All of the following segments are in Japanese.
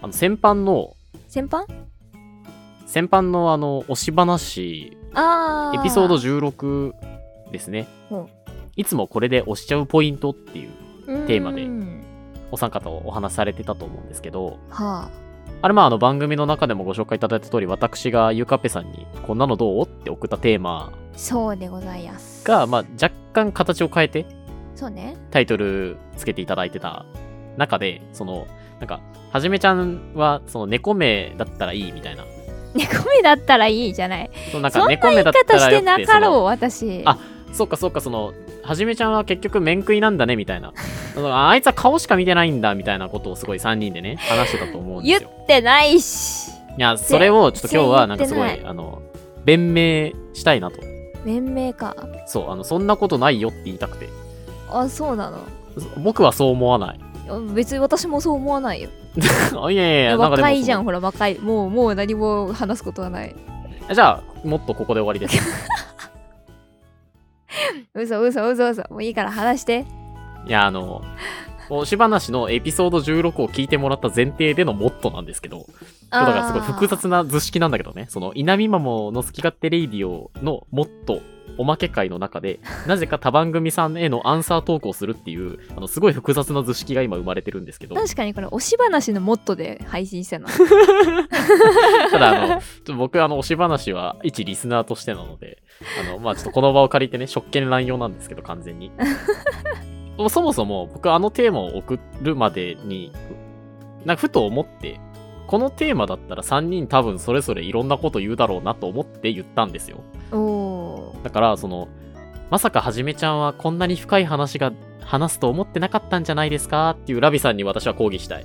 あの、先般の、先般先般のあの、推し話、ああ。エピソード16ですねほう。いつもこれで押しちゃうポイントっていうテーマでうんお三方お話しされてたと思うんですけど、はあ。あれまああの番組の中でもご紹介いただいた通り、私がゆかぺさんにこんなのどうって送ったテーマそうでございます。が、まあ若干形を変えてそうね。 タイトルつけていただいてた中で、その、なんか、はじめちゃんは、その、猫目だったらいいみたいな。猫目だったらいいじゃない。そのなんそか、んな猫言目いだっ方たしらてよなって、かそろう、の、私。あそうかそうか、その、はじめちゃんは結局、面食いなんだね、みたいな。そのああいつは顔しか見てないんだ、みたいなことをすごい3人で ね、話してたと思うんで言すよ。ってないし。いや、それをちょっと今日は、なんかすご全然言っい、てあの、弁明したいなと。弁明か。そう、あの、そんなことないよって言いたくて。あ、そうなの。そ僕はそう思わない。 別に私もそう思わないよ。あいやいやいや、なんかでもその若いじゃん、ほら、若い。もう、もう何も話すことはない。じゃあ、もっとここで終わりです。 嘘嘘嘘嘘もういいから話して。いや、あの、押し話のエピソード16を聞いてもらった前提でのモットーなんですけど、だからすごい複雑な図式なんだけどね、その、稲見マモの好き勝手レイディオのモットー、おまけ会の中で、なぜか他番組さんへのアンサートークをするっていう、あの、すごい複雑な図式が今生まれてるんですけど、確かにこれ、押し話のモットで配信してんの。ただ、あの、ちょっと僕、あの、押し話は一リスナーとしてなので、あの、まあ、ちょっとこの場を借りてね、職権乱用なんですけど、完全に。もうそもそも、僕、あのテーマを送るまでに、なんか、ふと思って、このテーマだったら3人多分それぞれいろんなこと言うだろうなと思って言ったんですよ。お おだから、その、まさかはじめちゃんはこんなに深い話が話すと思ってなかったんじゃないですかっていうラビさんに私は抗議したい。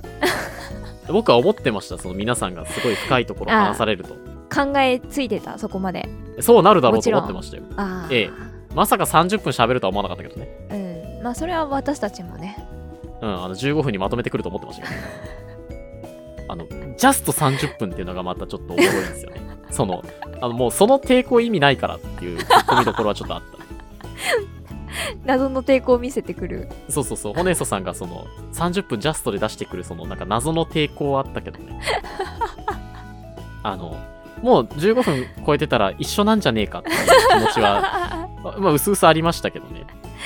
僕は思ってました、その皆さんがすごい深いところ話されると。ー。考えついてた、そこまで。そうなるだろもうちとろん思ってましたよ。ああ。えまさか30分喋るとは思わなかったけどね。うん。まあ、それは私たちもね。うん、あの15分にまとめてくると思ってましたけ ど。あの、ジャスト30分っていうのがまたちょっとおもろいんですよね。 その、あのもうその抵抗意味ないからっていうツッコミどころはちょっとあった。 謎の抵抗を見せてくる。そうそうそう、ホネソさんがその30分ジャストで出してくるそのなんか謎の抵抗はあったけどね。あの、もう15分超えてたら一緒なんじゃねえかっていう気持ちは、 ままあ、うすうすありましたけどね。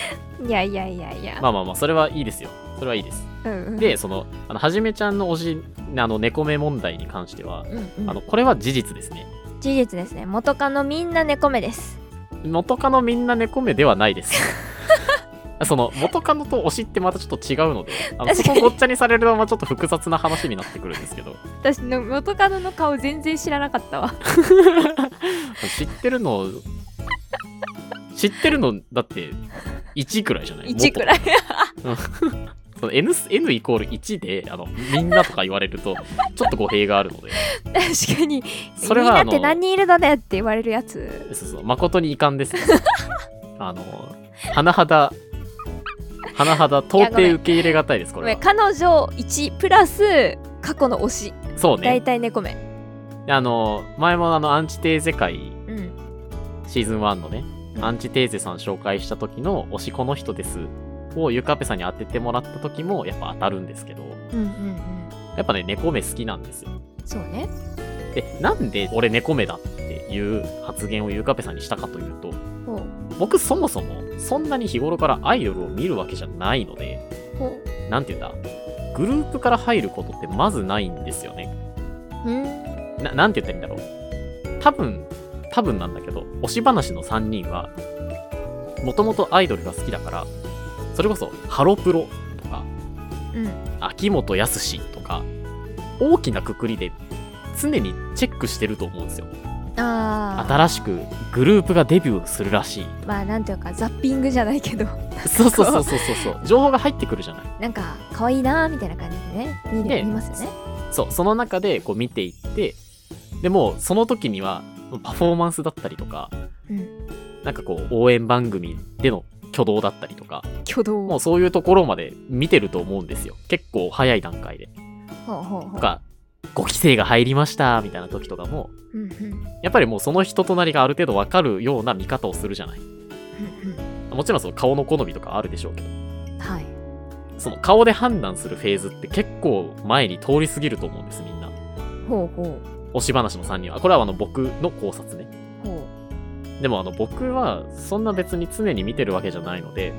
いやいやいやいや。まあまあまあ、それはいいですよ。それはいいです。うん、で、その、あのはじめちゃんのおじ、あの、猫目問題に関しては、うんうんあの、これは事実ですね。事実ですね。元カノみんな猫目です。元カノみんな猫目ではない です。その、元カノと推しってまたちょっと違うので、あの確そかにこごっちゃにされるのはちょっと複雑な話になってくるんですけど、私の元カノの顔全然知らなかった わ。知ってるの、知ってるの、だって、1くらいじゃない1くらい。元その N, N イコール1で、あの、みんなとか言われると、ちょっと語弊があるので、確かに。それみんは、なあっの、て何人いるのねって言われるやつ。そうそう、誠に遺憾です、ね。 あの、甚だ、甚だ、到底受け入れがたいです、こごれめんは。彼女1プラス過去の推し。そうね。大体猫目。あの、前もあの、アンチテーゼ界、うん。シーズン1のね、うんアンチテーゼさん紹介した時の、推しこの人です。をゆかぺさんに当ててもらった時も、やっぱ当たるんですけど、うんうんうん。やっぱね、猫目好きなんですよ。そうね。で、なんで俺猫目だっていう発言をゆかぺさんにしたかというと、ほう。僕そもそも、そんなに日頃からアイドルを見るわけじゃないので、ほう。なんて言うんだ、グループから入ることってまずないんですよね。うん。ななんて言ったらいいんだろう。多分、多分なんだけど、推し話の3人は、もともとアイドルが好きだから、それこそ、ハロプロとか、うん。秋元康とか、大きなくくりで、常にチェックしてると思うんですよ。ああ。新しくグループがデビューするらしい。まあなんていうかザッピングじゃないけど、そうそうそうそうそうそう。情報が入ってくるじゃない。なんか可愛いなーみたいな感じでね、見ねる見ますよね。そう、その中でこう見ていって、でもうその時にはパフォーマンスだったりとか、うん。なんかこう応援番組での挙動だったりとか、挙動。もほうそういうところまで見てると思うんですよ。結構早い段階で。うほうほとう。か、5期生が入りましたみたいな時とかも、うんうんうんやっぱりもうその人となりがある程度わかるような見方をするじゃない。うもちろんその顔の好みとかあるでしょうけど、ん。はい。その顔で判断するフェーズって結構前に通り過ぎると思うんです、みんな。ほうほう推し話の3人は。これはあの僕の考察ね。ほでもあの僕はそんな別に常に見てるわけじゃないので、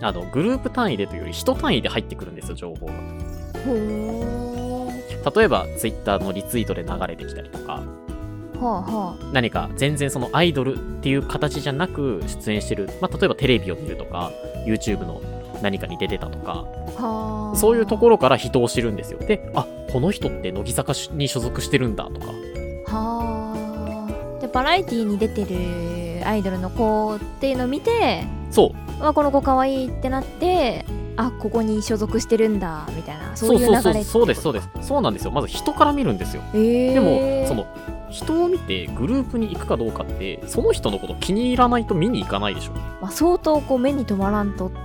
あのグループ単位でというより人単位で入ってくるんですよ、情報が。うほ例えば Twitter のリツイートで流れてきたりとか、うはあは何か全然そのアイドルっていう形じゃなく出演してる、まあ、例えばテレビを見るとか、YouTube の何かに出てたとか、あはあそういうところから人を知るんですよ。で、あこの人って乃木坂に所属してるんだとか、はあじゃあバラエティーに出てるアイドルの子っていうのを見てそう、あこの子可愛いってなってあここに所属してるんだみたいなそういう流れそうそうそうですそそうですそうなんですよまず人から見るんですようえー、でもその人を見てグループに行くかどうかってその人のこと気に入らないと見に行かないでしょ、まあ、相当こう目に留まらんと、ね、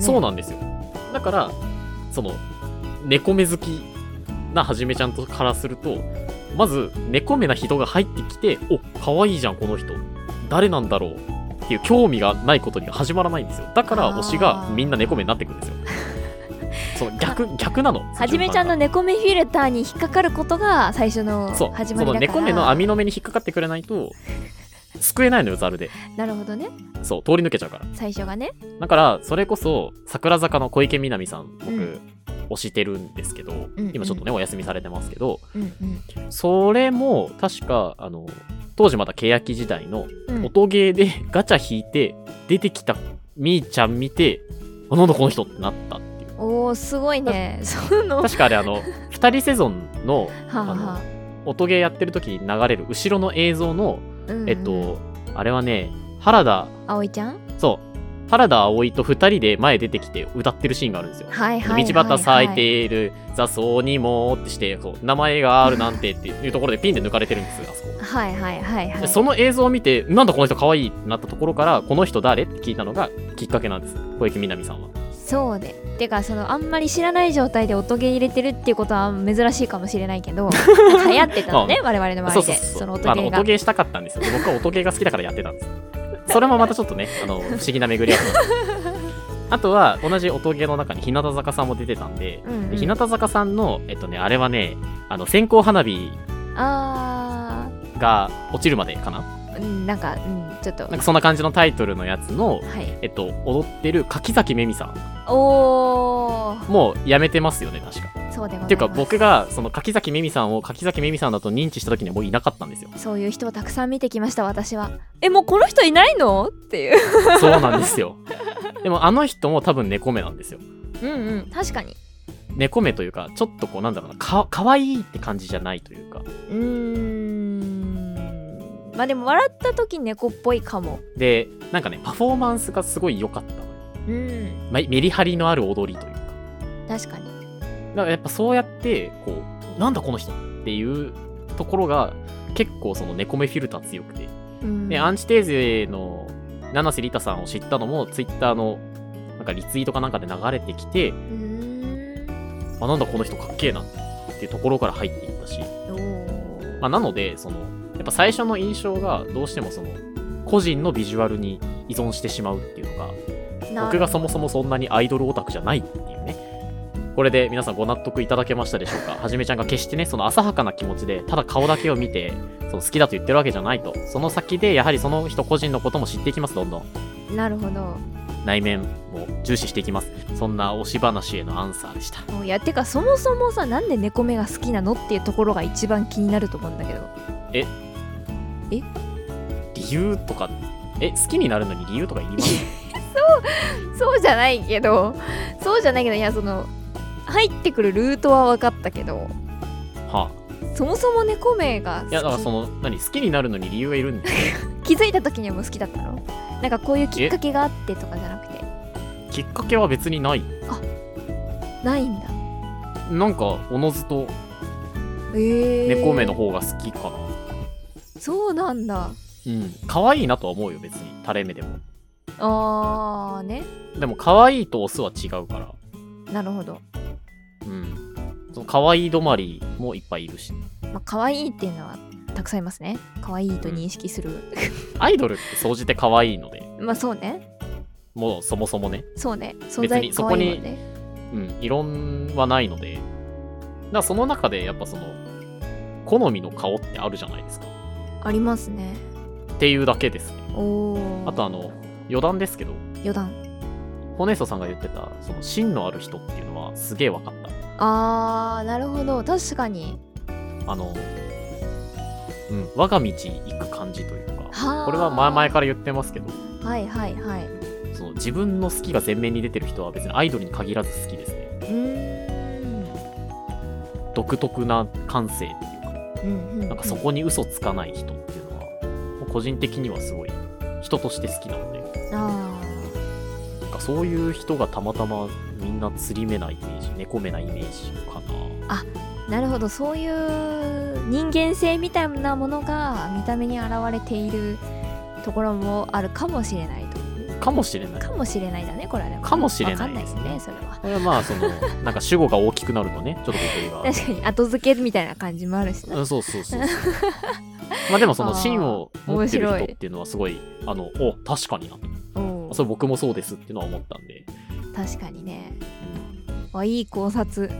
そうななんですよだからその猫目好きなはじめちゃんとからするとまず猫目な人が入ってきてお可愛いじゃんこの人誰なんだろうっていう興味がないことには始まらないんですよだから推しがみんな猫目になってく るんですよその逆逆なのはじめちゃんの猫目フィルターに引っかかることが最初のそう、始まそのりだから猫目の網の目に引っかかってくれないと、救えないのよ、ザルで。なるほどねそう、通り抜けちゃうから。最初がねだから、それこそ、桜坂の小池みなみさん、僕、うん推してるんですけど、うん今ちょっとね、お休みされてますけど、うんうんそれも、確か、あの、当時まだ欅時代の、うん音ゲーでガチャ引いて、出てきたみーちゃん見て、あ、なんだこの人ってなったっていう。おーすご いねそのは確かあれ、あの、二人セゾンの、ああのはあ音ゲーやってる時に流れる後ろの映像の、うんうんえっと、あれはね、原田、葵ちゃんそう、原田葵と2人で前出てきて歌ってるシーンがあるんですよ。はいはいはい、はい、道端咲いている雑草にもってして、そう名前があるなんてっていうところでピンで抜かれてるんですよ、あそこ。はいはいはいはでいその映像を見て、なんだこの人可愛いってなったところから、この人誰って聞いたのがきっかけなんです、小池みなみさんは。そうでてかそのあんまり知らない状態で音ゲー入れてるっていうことは珍しいかもしれない けどなんか流行ってたのね我々のそうそ周りうでそうその音あゲのーが音ゲーしたかったんですよ。で僕は音ゲーが好きだからやってたんです。それもまたちょっとね、 あの不思議な巡り合わせ。あとは同じ音ゲーの中に日向坂さんも出てたんで、うんうんで日向坂さんのえっとねあれはね、あの線香花火あが落ちるまでかな。ーうんなんかうんちょっとなんかそんな感じのタイトルのやつの。はいえっと、踊ってる柿崎めみさんおーもうやめてますよね確かそうでございますっていうか僕がその柿崎めみさんを柿崎めみさんだと認知した時にはもういなかったんですよそういう人をたくさん見てきました私はえもうこの人いないのっていうそうなんですよでもあの人も多分猫目なんですようんうん確かに猫目というかちょっとこうなんだろうなかかわいいって感じじゃないというかうーんまあでも笑った時猫っぽいかもでなんかねパフォーマンスがすごい良かったのようんまメリハリのある踊りというか確かにだからやっぱそうやってこうなんだこの人っていうところが結構その猫目フィルター強くてうんでアンチテーゼの七瀬りたさんを知ったのもツイッターのなんかリツイートかなんかで流れてきてうーんあなんだこの人かっけえなっていうところから入っていったし、おーまあ、なのでそのやっぱ最初の印象がどうしてもその個人のビジュアルに依存してしまうっていうのがな僕がそもそもそんなにアイドルオタクじゃないっていうねこれで皆さんご納得いただけましたでしょうかはじめちゃんが決してねその浅はかな気持ちでただ顔だけを見てその好きだと言ってるわけじゃないとその先でやはりその人個人のことも知っていきますどんどんなるほど内面も重視していきますそんな推し話へのアンサーでしたおいやてかそもそもさなんで猫目が好きなのっていうところが一番気になると思うんだけど理由とかえ好きになるのに理由とか言います そうじゃないけどそうじゃないけどいやその入ってくるルートは分かったけどはそもそも猫目があ好きいやだからその何好きになるのに理由がいるんで気づいた時にはもう好きだったのなんかこういうきっかけがあってとかじゃなくてきっかけは別にないないんだなんかおのずとええ猫目の方が好きかなそうなんだうん可愛いなとは思うよ別に垂れ目でもあーねでも可愛いとオスは違うからなるほどうんその可愛い止まりもいっぱいいるしまあ可愛いっていうのはたくさんいますね可愛いと認識する、アイドルって総じて可愛いのでまあそうねもうそもそもねそうね存在別にそ可こ愛にいもんねうん、異論はないので、だからその中でやっぱその、好みの顔ってあるじゃないですか。ありますねっていうだけですね。おおあとあの、余談ですけど、余談ホネソさんが言ってた、その芯のある人っていうのはすげえ分かった。あーなるほど確かにあの、うん、我が道行く感じというか、はあこれは前々から言ってますけど、はいはいはいうその自分の好きが前面に出てる人は別にアイドルに限らず好きですね。ーん独特な感性っていうか、うんうんなんかそこに嘘つかない人っていうのは、もう個人的にはすごい人として好きなので、あなんかそういう人がたまたまみんな釣り目なイメージ、猫目なイメージかな。ーなるほどそういう人間性みたいなものが見た目に現れているところもあるかもしれないとかもしれない。かもしれないだねこれはねかもしれないわかんないですねそれはこれはまあそ のなんか主語が大きくなるとねちょっと語弊が確かに後付けみたいな感じもあるしなうんそうそうそうそうまあでもそのあー芯を持ってる面白人いっていうのはすごいあのお確かになうんそれ僕もそうですっていうのは思ったんで、確かにねうんわいい考察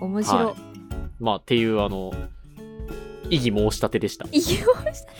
面白、はいまあっていうあの異議申し立てでした い、異議をした